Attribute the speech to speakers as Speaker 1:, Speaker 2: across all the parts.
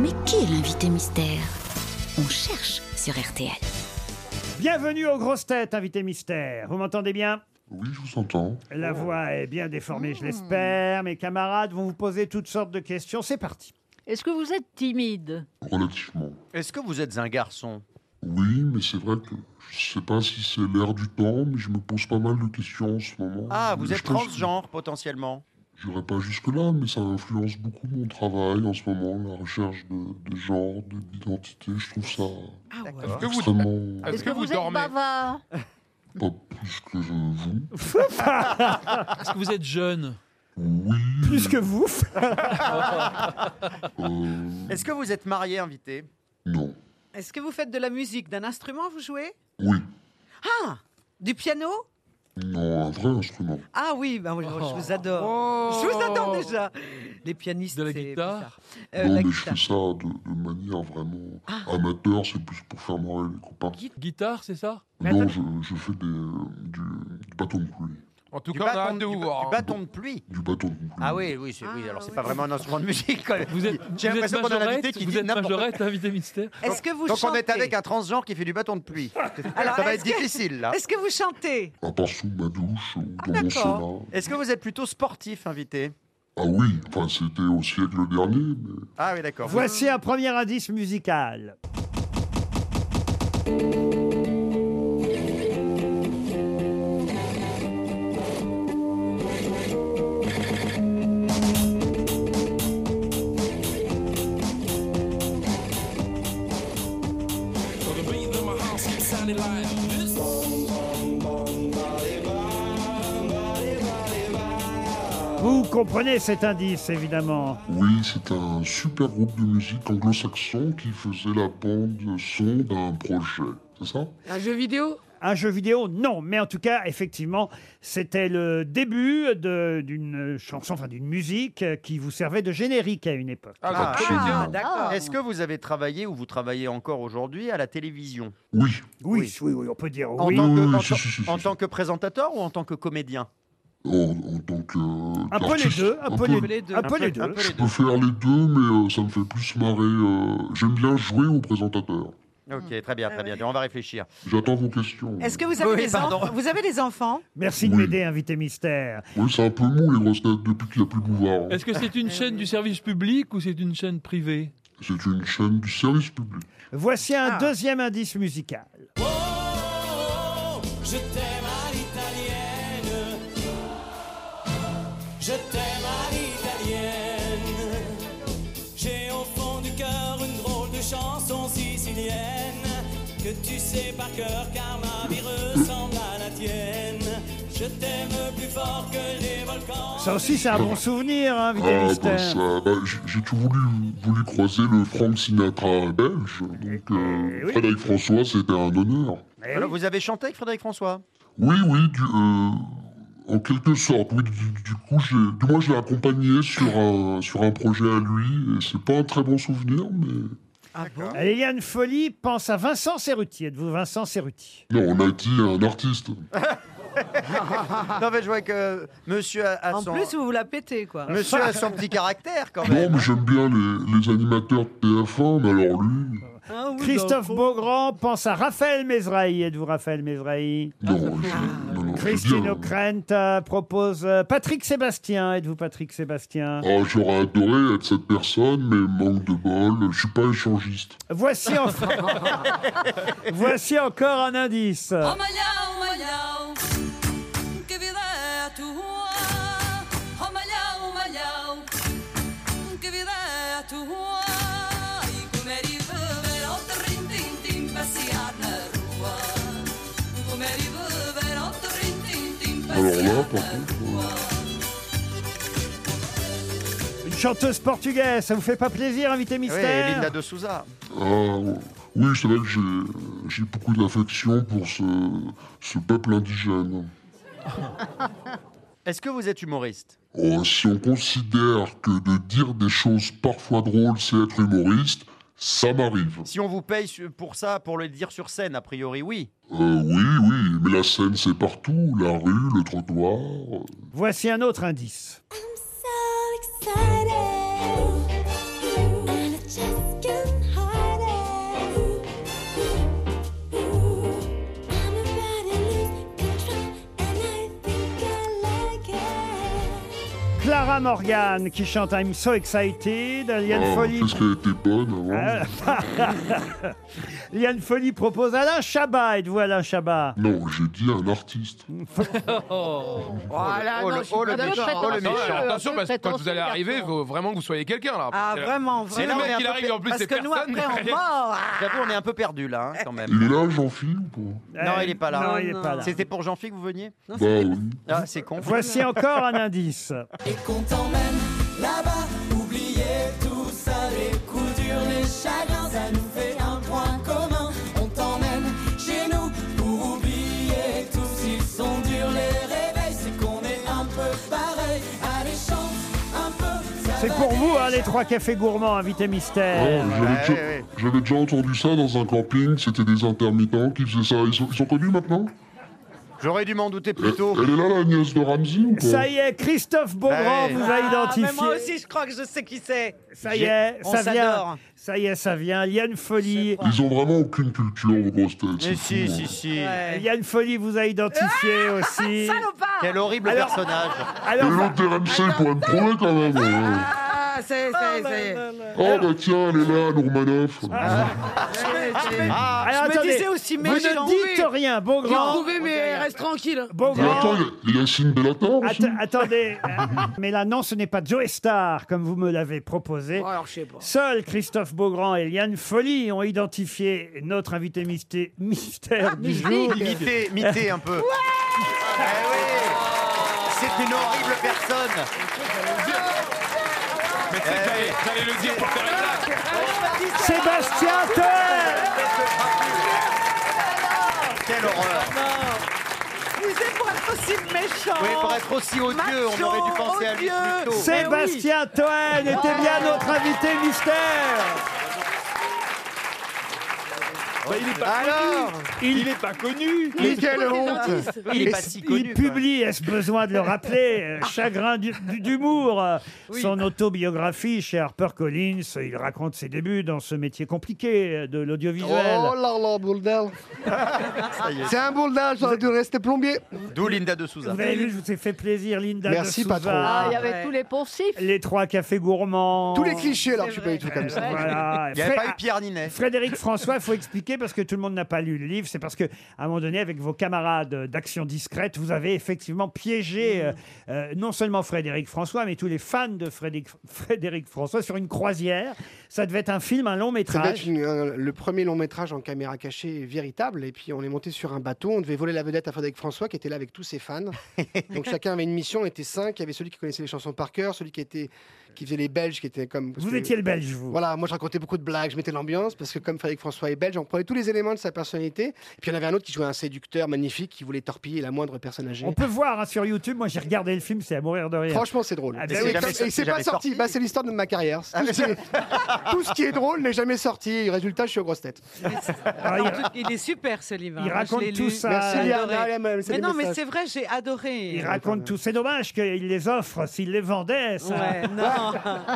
Speaker 1: Mais qui est l'invité mystère On cherche sur RTL.
Speaker 2: Bienvenue aux grosses têtes, invité mystère. Vous m'entendez bien
Speaker 3: Oui, je vous entends.
Speaker 2: La voix est bien déformée, je l'espère. Mes camarades vont vous poser toutes sortes de questions. C'est parti.
Speaker 4: Est-ce que vous êtes timide
Speaker 3: Relativement.
Speaker 5: Est-ce que vous êtes un garçon
Speaker 3: Oui, mais c'est vrai que je sais pas si c'est l'air du temps, mais je me pose pas mal de questions en ce moment.
Speaker 5: Ah,
Speaker 3: Mais
Speaker 5: vous
Speaker 3: je
Speaker 5: êtes
Speaker 3: pense que
Speaker 5: transgenre potentiellement.
Speaker 3: J'irai pas jusque-là, mais ça influence beaucoup mon travail en ce moment, la recherche de, de genre, de- d'identité. Je trouve ça
Speaker 6: Ah
Speaker 7: Est-ce que vous,
Speaker 3: extrêmement.
Speaker 7: est-ce
Speaker 4: Est-ce que, vous, êtes
Speaker 7: dormez
Speaker 4: bavard
Speaker 3: pas plus que euh, vous.
Speaker 8: Est-ce que vous êtes jeune
Speaker 3: Oui.
Speaker 2: Plus que vous.
Speaker 3: euh,
Speaker 5: Est-ce que vous êtes marié invité
Speaker 3: non.
Speaker 6: Est-ce que vous faites de la musique D'un instrument, vous jouez
Speaker 3: Oui.
Speaker 6: Ah Du piano
Speaker 3: Non, un vrai instrument.
Speaker 6: Ah oui, bah, je, je vous adore.
Speaker 8: Oh.
Speaker 6: Je vous adore déjà. Les pianistes,
Speaker 8: De la
Speaker 6: c'est
Speaker 8: guitare
Speaker 6: bizarre. Euh,
Speaker 3: non,
Speaker 6: la
Speaker 3: mais
Speaker 6: guitare.
Speaker 3: je fais ça de, de manière vraiment
Speaker 5: Ah.
Speaker 3: amateur, c'est plus pour faire marrer les copains.
Speaker 8: Guitare, c'est ça
Speaker 3: Non, je, je fais des, euh, du, du bâton de pluie.
Speaker 7: En tout
Speaker 5: du,
Speaker 7: cas, on a
Speaker 5: bâton,
Speaker 7: hâte
Speaker 5: du-
Speaker 7: de vous voir.
Speaker 5: du
Speaker 7: hein.
Speaker 5: bâton de pluie
Speaker 3: Du bâton de pluie.
Speaker 5: Ah oui, oui, c'est, oui.
Speaker 6: Ah,
Speaker 5: Alors c'est
Speaker 6: oui.
Speaker 5: pas vraiment un instrument de musique. quand même.
Speaker 8: Vous êtes,
Speaker 5: J'ai
Speaker 8: vous êtes
Speaker 5: l'impression qu'on a un invité
Speaker 8: majorette,
Speaker 5: qui
Speaker 8: vous
Speaker 5: dit
Speaker 8: êtes
Speaker 5: n'importe quoi.
Speaker 8: majorette, invité mystère.
Speaker 6: Est-ce que vous
Speaker 5: Donc
Speaker 6: chantez
Speaker 5: on est avec un Ah. transgenre qui fait du bâton de pluie.
Speaker 6: Alors,
Speaker 5: ça va être
Speaker 6: est-ce que-
Speaker 5: difficile là.
Speaker 6: Est-ce que vous chantez
Speaker 3: À part sous ma douche ou
Speaker 6: Ah,
Speaker 3: dans mon
Speaker 6: d'accord.
Speaker 3: sauna.
Speaker 5: Est-ce que vous êtes plutôt sportif invité
Speaker 3: Ah oui, enfin c'était au siècle dernier, mais
Speaker 5: Ah oui, d'accord.
Speaker 2: Voici un premier indice musical. Vous comprenez cet indice, évidemment.
Speaker 3: oui, c'est un super groupe de musique anglo-saxon qui faisait la bande son d'un projet, c'est ça
Speaker 6: Un jeu vidéo
Speaker 2: Un jeu vidéo, non. Mais en tout cas, effectivement, c'était le début de- d'une chanson, enfin d'une musique euh, qui vous servait de générique à une époque.
Speaker 7: Ah,
Speaker 5: Ah,
Speaker 7: donc,
Speaker 5: ah.
Speaker 6: Ah,
Speaker 3: Absolument.
Speaker 6: d'accord.
Speaker 5: Est-ce que vous avez travaillé ou vous travaillez encore aujourd'hui à la télévision
Speaker 3: Oui,
Speaker 2: Oui, oui,
Speaker 5: Oui.
Speaker 2: oui, on peut dire
Speaker 5: En
Speaker 2: oui.
Speaker 5: tant que-
Speaker 3: Oui,
Speaker 5: en
Speaker 3: si,
Speaker 5: tant-
Speaker 3: si, si, si,
Speaker 5: En
Speaker 3: si.
Speaker 5: tant que présentateur ou en tant que comédien
Speaker 3: en, en tant que...
Speaker 2: Un peu les
Speaker 3: artiste,
Speaker 2: deux, un peu les
Speaker 6: les
Speaker 2: deux,
Speaker 6: deux.
Speaker 2: un peu les deux.
Speaker 5: un peu les
Speaker 3: Je peux faire les deux, mais euh, ça me fait plus marrer. euh, J'aime bien jouer au présentateur.
Speaker 5: deux. Ok, très bien,
Speaker 6: Ah
Speaker 5: très
Speaker 6: ouais.
Speaker 5: bien. On va réfléchir.
Speaker 3: J'attends vos questions.
Speaker 6: Est-ce que vous avez,
Speaker 5: Oui,
Speaker 6: des, enfants
Speaker 5: pardon.
Speaker 6: vous avez des enfants
Speaker 2: Merci de
Speaker 3: Oui.
Speaker 2: m'aider, invité mystère.
Speaker 3: Oui, c'est un peu mou les grosses têtes depuis qu'il n'y a plus de boulevard. hein.
Speaker 8: Est-ce que c'est une chaîne du service public ou c'est une chaîne privée
Speaker 3: C'est une chaîne du service public.
Speaker 2: Voici un
Speaker 6: Ah.
Speaker 2: deuxième indice musical.
Speaker 9: J'ai au fond du cœur une drôle de chanson sicilienne que tu sais par cœur car ma vie ressemble à la tienne. Je t'aime plus fort que les volcans.
Speaker 2: Ça aussi, c'est un bon souvenir, hein, invité
Speaker 3: Ah, bah,
Speaker 2: mystère.
Speaker 3: ça, bah, j- j'ai tout voulu, voulu croiser le Frank Sinatra belge. Donc, euh,
Speaker 2: Eh oui.
Speaker 3: Frédéric François, c'était un honneur.
Speaker 2: Eh
Speaker 5: Alors,
Speaker 2: oui.
Speaker 5: Vous avez chanté avec Frédéric François
Speaker 3: Oui, oui, du- euh, en quelque sorte. Oui, du, du coup, j'ai, du moins, je l'ai accompagné sur un, sur un projet à lui. Et c'est pas un très bon souvenir, mais.
Speaker 6: Ah bon
Speaker 2: Eliane Folie pense à Vincent Serruti. Êtes-vous Vincent Serruti
Speaker 3: Non, on a dit un artiste.
Speaker 5: Non, mais je vois que monsieur a, a
Speaker 6: En
Speaker 5: son...
Speaker 6: plus, vous vous la pétez, quoi.
Speaker 5: Monsieur a son petit caractère quand
Speaker 3: Non,
Speaker 5: même.
Speaker 3: mais j'aime bien les, les animateurs de TF1, mais alors lui.
Speaker 6: Ah oui,
Speaker 2: Christophe
Speaker 6: donc,
Speaker 2: Beaugrand pense à Raphaël Mesrahi. Êtes-vous Raphaël Mesrahi
Speaker 3: Non, je- non, non, c'est
Speaker 2: Christine
Speaker 3: bien. hein.
Speaker 2: O'Krent euh, propose euh, Patrick Sébastien. Êtes-vous Patrick Sébastien
Speaker 5: Oh.
Speaker 3: Ah, j'aurais adoré être cette personne, mais manque de bol, je suis pas échangiste.
Speaker 2: Voici, en- Voici encore un indice.
Speaker 9: Omaglia, omaglia, che vida è tua. Omaglia, omaglia, che vida è tua. I come riverò trintintin passiar na rua. Come riverò trintintin
Speaker 3: Alors là,
Speaker 9: passiar
Speaker 3: par
Speaker 9: na
Speaker 3: contre, euh,
Speaker 2: Une chanteuse portugaise. Ça vous fait pas plaisir, invité
Speaker 5: Oui,
Speaker 2: mystère
Speaker 5: Linda de Souza.
Speaker 3: ah, ouais. oui, c'est vrai que j'ai, euh, j'ai beaucoup d'affection pour ce, ce peuple indigène.
Speaker 5: Est-ce que vous êtes humoriste
Speaker 3: Oh, si on considère que de dire des choses parfois drôles, c'est être humoriste, ça m'arrive.
Speaker 5: Si on vous paye su- pour ça, pour le dire sur scène, a priori, oui.
Speaker 3: Euh, oui, oui, mais la scène, c'est partout, la rue, le trottoir.
Speaker 2: Voici un autre indice.
Speaker 10: so excited. And I just
Speaker 2: Morgan qui chante I'm so excited. Liane
Speaker 5: Oh,
Speaker 3: Ah,
Speaker 2: Folly.
Speaker 3: parce qu'elle était bonne avant.
Speaker 5: Ah.
Speaker 2: Liane Folly propose Alain Chabat. Êtes-vous Alain Chabat
Speaker 3: Non, j'ai dit un artiste.
Speaker 5: oh, le, oh, le
Speaker 4: je-
Speaker 5: méchant,
Speaker 4: je-
Speaker 5: oh, le
Speaker 4: je- je-
Speaker 10: euh,
Speaker 5: méchant.
Speaker 4: je-
Speaker 7: Attention, parce que quand vous
Speaker 4: Prétentieux,
Speaker 7: allez arriver, il
Speaker 4: garçon.
Speaker 7: faut vraiment que vous soyez quelqu'un là.
Speaker 6: Ah,
Speaker 7: Parce que-
Speaker 6: vraiment,
Speaker 7: Si le
Speaker 6: vraiment.
Speaker 7: mec,
Speaker 6: on est
Speaker 7: il
Speaker 6: un peu
Speaker 7: arrive,
Speaker 6: per-
Speaker 7: en plus,
Speaker 6: Parce
Speaker 7: c'est
Speaker 6: que nous,
Speaker 7: personne.
Speaker 6: après, on mord.
Speaker 5: J'avoue, on est un peu perdu là, hein, quand même.
Speaker 3: Il est là, Jean-Philippe ou pas
Speaker 5: Non,
Speaker 2: Euh,
Speaker 5: il est pas là.
Speaker 2: Non, il est pas là.
Speaker 5: C'était pour Jean-Philippe que vous veniez
Speaker 3: Bah oui.
Speaker 5: Ah, c'est con.
Speaker 2: Voici encore un indice.
Speaker 9: Et qu'on t'emmène là-bas, oubliez tout ça, les coups durs, les chagrins, ça nous fait un point commun. On t'emmène chez nous pour oublier tout, s'ils sont durs les réveils, c'est qu'on est un peu pareil. Allez, chante un peu, ça
Speaker 2: C'est
Speaker 9: va
Speaker 2: pour vous, hein, les trois cafés gourmands, invité
Speaker 3: Ah,
Speaker 2: mystère.
Speaker 5: ouais,
Speaker 3: J'avais déjà,
Speaker 5: ouais.
Speaker 3: j'avais déjà entendu ça dans un camping, c'était des intermittents qui faisaient ça. Ils sont, ils sont connus maintenant
Speaker 5: J'aurais dû m'en douter
Speaker 3: elle,
Speaker 5: plus tôt.
Speaker 3: elle est là, la nièce de Ramsey ou pas
Speaker 2: Ça y est, Christophe Beaugrand
Speaker 5: Ouais.
Speaker 2: vous
Speaker 6: Ah,
Speaker 2: a
Speaker 6: mais
Speaker 2: identifié.
Speaker 6: moi aussi, je crois que je sais qui c'est.
Speaker 2: Ça y est,
Speaker 5: J'ai- on
Speaker 2: ça vient.
Speaker 5: s'adore.
Speaker 2: Ça y est, ça vient. Liane Folie.
Speaker 3: Ils ont vraiment aucune culture, vos grosses têtes.
Speaker 5: Mais
Speaker 3: c'est
Speaker 5: si,
Speaker 3: fou,
Speaker 5: si,
Speaker 3: hein.
Speaker 5: si.
Speaker 6: Ouais.
Speaker 2: Liane Folie vous a
Speaker 6: Ah,
Speaker 2: identifié aussi.
Speaker 6: Euh, Salopard
Speaker 5: Quel horrible
Speaker 2: Alors-
Speaker 5: personnage.
Speaker 2: Alors,
Speaker 3: Et l'autre RMC pourrait me trouver quand même. hein.
Speaker 6: Ah, c'est, c'est, c'est.
Speaker 3: Oh bah tiens, elle est là, Nourmanoff.
Speaker 5: Ah,
Speaker 6: Ah,
Speaker 2: alors,
Speaker 6: je me
Speaker 2: attendez,
Speaker 6: disais aussi, mais
Speaker 2: vous
Speaker 6: j'ai
Speaker 2: ne
Speaker 6: trouvé.
Speaker 2: dites rien.
Speaker 6: J'ai
Speaker 2: Beaugrand,
Speaker 6: trouvé, mais reste tranquille.
Speaker 3: Mais
Speaker 2: Beaugrand.
Speaker 3: attends, il y a Yacine Bellatar aussi
Speaker 2: Att- attendez, Euh, mais là non, ce n'est pas Joe Star comme vous me l'avez proposé.
Speaker 6: Bon, Oh, alors, je sais pas.
Speaker 2: Seuls Christophe Beaugrand et Liane Folly ont identifié notre invité mysté- mystère
Speaker 6: Ah,
Speaker 2: du jour.
Speaker 5: Mité, mité un peu. Eh oui C'est une horrible personne.
Speaker 7: Mais tu sais que t'allais- t'allais le dire pour faire une blague.
Speaker 6: Ah,
Speaker 2: Sébastien Thorel
Speaker 6: Eh
Speaker 5: Quelle horreur.
Speaker 6: Ah Mais c'est pour être aussi méchant.
Speaker 5: Oui, pour être aussi odieux, on
Speaker 6: Macho,
Speaker 5: aurait dû penser à lui
Speaker 6: odieux.
Speaker 5: plus tôt.
Speaker 6: C'est-
Speaker 2: Sébastien Toen était bien notre invité mystère.
Speaker 8: Bah, il est pas
Speaker 5: Alors
Speaker 8: connu. Il est pas connu.
Speaker 5: Mais quelle honte Il est pas si connu.
Speaker 2: Il
Speaker 5: quoi.
Speaker 2: publie, est-ce besoin de le rappeler, euh, Chagrin du- du- d'humour, euh, son autobiographie chez HarperCollins. Il raconte ses débuts dans ce métier compliqué euh, de
Speaker 5: Oh
Speaker 2: l'audiovisuel.
Speaker 10: Oh là là, Bouldel. C'est un Bouldel, j'aurais dû rester plombier.
Speaker 6: Ah,
Speaker 5: D'où Linda de Souza.
Speaker 2: Vous avez vu, je vous ai fait plaisir, Linda. de
Speaker 10: Merci,
Speaker 2: Souza,
Speaker 10: patron.
Speaker 4: Ah, il y
Speaker 6: Ouais.
Speaker 4: avait tous les poncifs.
Speaker 2: Les trois cafés gourmands.
Speaker 10: Tous les clichés, là,
Speaker 6: C'est
Speaker 10: je suis pas
Speaker 6: vrai.
Speaker 10: du tout comme ça.
Speaker 2: Voilà.
Speaker 5: Il n'y avait
Speaker 2: Fré-
Speaker 5: pas eu Pierre Ninet.
Speaker 2: Frédéric François, faut expliquer parce que tout le monde n'a pas lu le livre. C'est parce que à un moment donné, avec vos camarades euh, d'Action Discrète, vous avez effectivement piégé euh, euh, non seulement Frédéric François, mais tous les fans de Frédéric, Frédéric François sur une croisière. Ça devait être un film, un long
Speaker 10: Ça devait être
Speaker 2: métrage.
Speaker 10: une- un- le premier long métrage en caméra cachée véritable. Et puis on est monté sur un bateau, on devait voler la vedette à Frédéric François qui était là avec tous ses fans. Donc chacun avait une mission, on était cinq. Il y avait celui qui connaissait les chansons par cœur, celui qui, était, qui faisait les Belges, qui était comme. parce
Speaker 2: Vous
Speaker 10: que-
Speaker 2: étiez le Belge, vous.
Speaker 10: Voilà, moi je racontais beaucoup de blagues, je mettais l'ambiance parce que comme Frédéric François est belge, on prenait tous les éléments de sa personnalité. Et puis il y en avait un autre qui jouait un séducteur magnifique qui voulait torpiller la moindre personne âgée.
Speaker 2: On peut voir hein, sur YouTube. Moi, j'ai regardé le film, c'est à mourir de rire.
Speaker 10: Franchement, c'est drôle.
Speaker 2: Ah,
Speaker 10: Et
Speaker 2: bah
Speaker 10: c'est-
Speaker 2: oui,
Speaker 10: et
Speaker 5: jamais
Speaker 10: c'est
Speaker 5: sorti,
Speaker 10: pas
Speaker 5: jamais
Speaker 10: sorti.
Speaker 5: sorti.
Speaker 10: Bah, c'est l'histoire de ma carrière. Tout ce, qui est, tout ce qui est drôle n'est jamais sorti. Et résultat, je suis aux grosses têtes.
Speaker 2: Alors, Ah, il-
Speaker 6: Il est super ce livre.
Speaker 2: Il
Speaker 6: hein.
Speaker 2: raconte
Speaker 6: Je l'ai
Speaker 2: tout
Speaker 6: lu.
Speaker 2: ça.
Speaker 10: Merci,
Speaker 2: Ah,
Speaker 10: Liane.
Speaker 6: adoré.
Speaker 10: Ah, Liane, c'est
Speaker 6: Mais
Speaker 10: des
Speaker 6: non, mais
Speaker 10: messages.
Speaker 6: c'est vrai, j'ai adoré.
Speaker 2: il raconte tout. C'est dommage qu'il les offre. S'il les vendait, ça.
Speaker 6: Ouais, non.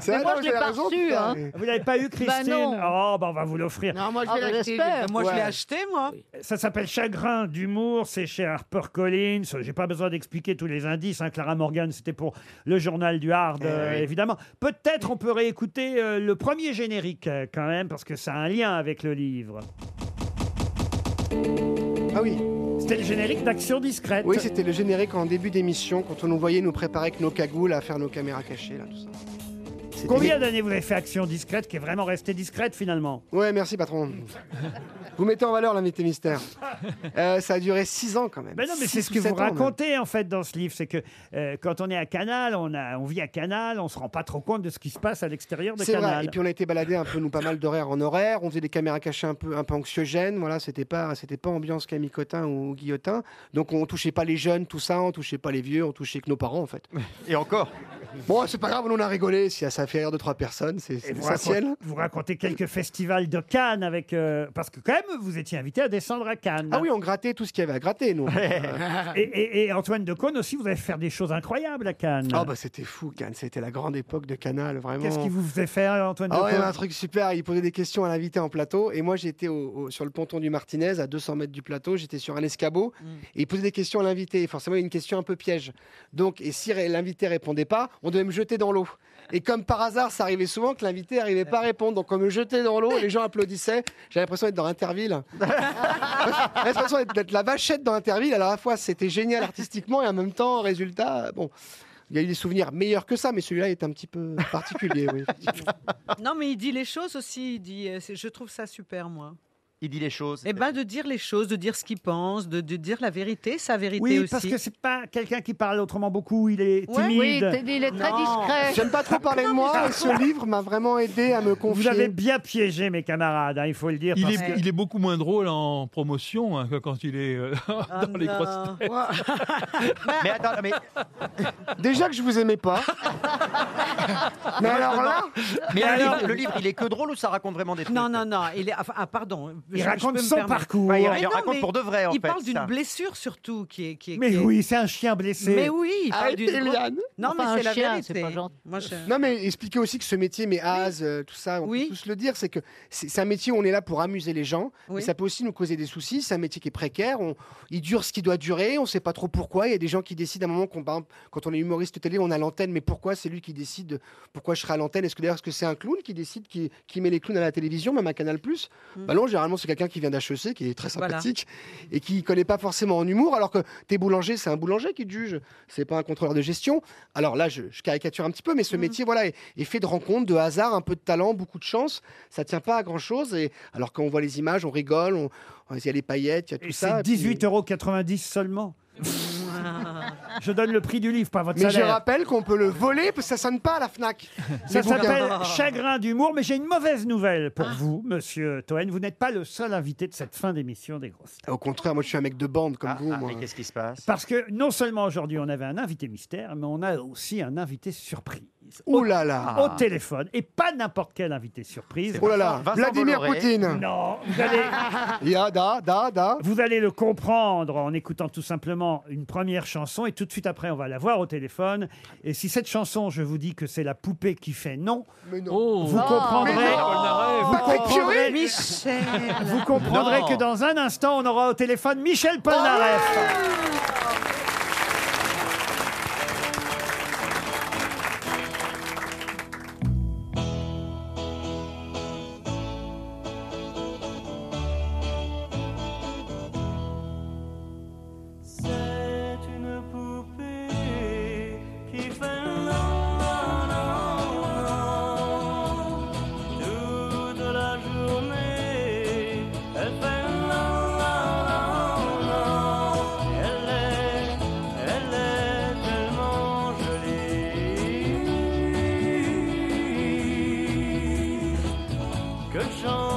Speaker 10: C'est vrai,
Speaker 4: moi,
Speaker 10: non,
Speaker 4: je
Speaker 10: vous
Speaker 4: l'ai
Speaker 10: avez
Speaker 4: pas
Speaker 10: raison,
Speaker 4: reçu,
Speaker 10: putain.
Speaker 4: hein.
Speaker 2: Vous l'avez pas eu, Christine
Speaker 4: non.
Speaker 2: Oh, bah, on va vous l'offrir.
Speaker 6: Non, moi,
Speaker 4: Ah, bah, j'espère.
Speaker 6: Moi, je
Speaker 10: Ouais.
Speaker 6: l'ai acheté, moi.
Speaker 2: Ça s'appelle Chagrin d'humour, c'est chez HarperCollins. J'ai pas besoin d'expliquer tous les indices. hein. Clara Morgan, c'était pour le journal du Hard,
Speaker 10: Eh
Speaker 2: euh, évidemment. Peut-être on peut réécouter euh, le premier générique euh, quand même, parce que ça a un lien avec le livre.
Speaker 10: Ah oui,
Speaker 2: C'était le générique d'Action Discrète.
Speaker 10: oui c'était le générique en début d'émission quand on nous voyait nous préparer avec nos cagoules à faire nos caméras cachées. Là, tout ça. C'était-
Speaker 2: Combien d'années vous avez fait Action Discrète, qui est vraiment restée discrète finalement
Speaker 10: Ouais, merci patron. vous mettez en valeur l'invité mystère. Euh, ça a duré 6 ans quand même.
Speaker 2: Ben non, mais c'est
Speaker 10: Six
Speaker 2: ce que
Speaker 10: ou sept
Speaker 2: vous
Speaker 10: ans, même.
Speaker 2: racontez en fait dans ce livre, c'est que euh, quand on est à Canal, on, a, on vit à Canal, on se rend pas trop compte de ce qui se passe à l'extérieur de
Speaker 10: C'est
Speaker 2: Canal.
Speaker 10: vrai. Et puis on a été baladé un peu, nous, pas mal d'horaires en horaire. On faisait des caméras cachées un peu, un peu anxiogènes. Voilà, c'était pas, c'était pas ambiance Camille Cotin ou Guillotin. Donc on touchait pas les jeunes, tout ça. On touchait pas les vieux. On touchait que nos parents, en fait.
Speaker 5: Et encore.
Speaker 10: Bon, c'est pas grave, on en a rigolé. Si ça, fait rire deux, trois personnes, c'est
Speaker 2: Et
Speaker 10: c'est
Speaker 2: vous,
Speaker 10: essentiel.
Speaker 2: racontez, vous racontez quelques festivals de Cannes avec. euh, parce que, quand même, vous étiez invité à descendre à Cannes.
Speaker 10: Ah oui, on grattait tout ce qu'il y avait à gratter, nous.
Speaker 2: et, et- et Antoine Decaune aussi, vous avez fait faire des choses incroyables à Cannes.
Speaker 10: Ah bah c'était fou, Cannes, c'était la grande époque de Canal, vraiment.
Speaker 2: Qu'est-ce qui vous faisait faire, Antoine
Speaker 10: Ah ouais,
Speaker 2: Decaune
Speaker 10: un truc super, il posait des questions à l'invité en plateau, et moi j'étais au- au- sur le ponton du Martinez, à 200 mètres du plateau, j'étais sur un escabeau, et il posait des questions à l'invité, et forcément il y a une question un peu piège. Donc, et si ré- l'invité répondait pas, on devait me jeter dans l'eau. Et comme par hasard, ça arrivait souvent que l'invité n'arrivait pas à répondre, donc on me jetait dans l'eau, les gens applaudissaient, j'avais l'impression d'être dans Interville. J'ai l'impression d'être- d'être la vachette dans Interville, à la fois c'était génial artistiquement, et en même temps, résultat, bon... Il y a eu des souvenirs meilleurs que ça, mais celui-là est un petit peu particulier. oui.
Speaker 6: Non, mais il dit les choses aussi. Il dit, euh, c'est- je trouve ça super, moi.
Speaker 5: Il dit les choses.
Speaker 6: Eh ben, de dire les choses, de dire ce qu'il pense, de, de dire la vérité, sa vérité
Speaker 2: Oui,
Speaker 6: aussi.
Speaker 2: parce que c'est pas quelqu'un qui parle autrement beaucoup, il est
Speaker 6: Ouais.
Speaker 2: timide.
Speaker 4: Oui, t'es- il est très
Speaker 6: Non.
Speaker 4: discret.
Speaker 10: J'aime pas trop parler de moi et ce livre m'a vraiment aidé à me
Speaker 2: Vous
Speaker 10: confier.
Speaker 2: avez bien piégé mes camarades, hein, il faut le dire.
Speaker 8: Il
Speaker 2: parce
Speaker 8: est,
Speaker 2: que-
Speaker 8: il est beaucoup moins drôle en promotion hein, que quand il est euh,
Speaker 6: Ah,
Speaker 8: dans les
Speaker 6: non.
Speaker 8: grosses têtes.
Speaker 5: Mais attends, non, mais,
Speaker 10: Déjà que je vous aimais pas. Mais alors là,
Speaker 5: mais le,
Speaker 2: alors-
Speaker 5: livre, le livre, il est que drôle ou ça raconte vraiment des trucs
Speaker 6: Non, non, non. Il est... enfin, Ah, pardon.
Speaker 2: Il
Speaker 6: je- je
Speaker 2: raconte
Speaker 6: peux me
Speaker 2: son
Speaker 6: permettre.
Speaker 2: parcours.
Speaker 10: Bah,
Speaker 5: Ouais, Ah, il
Speaker 6: Mais non,
Speaker 5: raconte
Speaker 6: mais
Speaker 5: pour de vrai, en
Speaker 6: Il
Speaker 5: fait.
Speaker 6: parle d'une
Speaker 5: ça.
Speaker 6: blessure surtout qui est. Qui est- qui
Speaker 2: Mais
Speaker 6: est-
Speaker 2: oui, c'est Ah, un chien blessé.
Speaker 6: Mais oui, il
Speaker 4: Ah,
Speaker 6: parle d'une.
Speaker 10: arrêtez, Liane.
Speaker 6: Non,
Speaker 4: Enfin,
Speaker 6: mais
Speaker 4: un
Speaker 6: c'est la
Speaker 4: chien, c'est
Speaker 6: vérité.
Speaker 4: pas gentil.
Speaker 6: Moi, je-
Speaker 10: Non mais expliquez aussi que ce métier, mais As, euh, tout ça, on
Speaker 6: Oui.
Speaker 10: peut tous le dire, c'est que c'est c'est un métier où on est là pour amuser les gens, mais
Speaker 6: Oui.
Speaker 10: ça peut aussi nous causer des soucis. C'est un métier qui est précaire, on, il dure ce qui doit durer, on sait pas trop pourquoi. Il y a des gens qui décident à un moment qu'on, par exemple, quand on est humoriste télé, on a l'antenne, mais pourquoi c'est lui qui décide pourquoi je serai à l'antenne Est-ce que d'ailleurs est-ce que c'est un clown qui décide qui, qui met les clowns à la télévision, même à Canal Plus Bah non, généralement c'est quelqu'un qui vient d'HEC, qui est très
Speaker 6: Mm. Voilà.
Speaker 10: sympathique et qui connaît pas forcément en humour, alors que t'es boulanger, c'est un boulanger qui te juge, c'est pas un contrôleur de gestion. Alors là, je, je caricature un petit peu, mais ce métier, voilà, est, est fait de rencontres, de hasard, un peu de talent, beaucoup de chance. Ça tient pas à grand chose. Et alors quand on voit les images, on rigole, on, on- il y a les paillettes, il y a tout
Speaker 2: Et
Speaker 10: ça.
Speaker 2: c'est
Speaker 10: et puis-
Speaker 2: 18,90 euros seulement. Je donne le prix du livre, pas votre
Speaker 10: Mais je
Speaker 2: salaire.
Speaker 10: rappelle qu'on peut le voler parce que ça sonne pas à la Fnac.
Speaker 2: Ça
Speaker 10: Les bouquins.
Speaker 2: s'appelle Chagrin d'humour, mais j'ai une mauvaise nouvelle pour vous, monsieur Toen. Vous n'êtes pas le seul invité de cette fin d'émission des grosses. Têtes.
Speaker 10: Au contraire, moi je suis un mec de bande comme
Speaker 5: Ah,
Speaker 10: vous.
Speaker 5: ah,
Speaker 10: moi.
Speaker 5: mais qu'est-ce qui se passe
Speaker 2: Parce que non seulement aujourd'hui on avait un invité mystère, mais on a aussi un invité surprise.
Speaker 10: Ouh là là.
Speaker 2: Au téléphone, et pas n'importe quel invité surprise.
Speaker 10: Oh là là,
Speaker 5: Vincent
Speaker 10: Vladimir
Speaker 5: Bolloré.
Speaker 10: Poutine.
Speaker 2: Non, vous allez,
Speaker 10: Ya da da da.
Speaker 2: vous allez le comprendre en écoutant tout simplement une première chanson et tout de suite après on va la voir au téléphone. Et si cette chanson, je vous dis que c'est la poupée qui fait non,
Speaker 10: Mais non.
Speaker 8: Oh,
Speaker 2: vous
Speaker 10: Mais
Speaker 2: comprendrez,
Speaker 10: non.
Speaker 2: vous
Speaker 10: Patrick
Speaker 2: comprendrez,
Speaker 6: Michel.
Speaker 2: vous comprendrez
Speaker 8: Non.
Speaker 2: que dans un instant on aura au téléphone Michel Polnareff.
Speaker 9: C'est une poupée qui fait non, non, non, non. Toute la journée, elle fait non, non, non, non. Elle est, elle est tellement jolie que j'en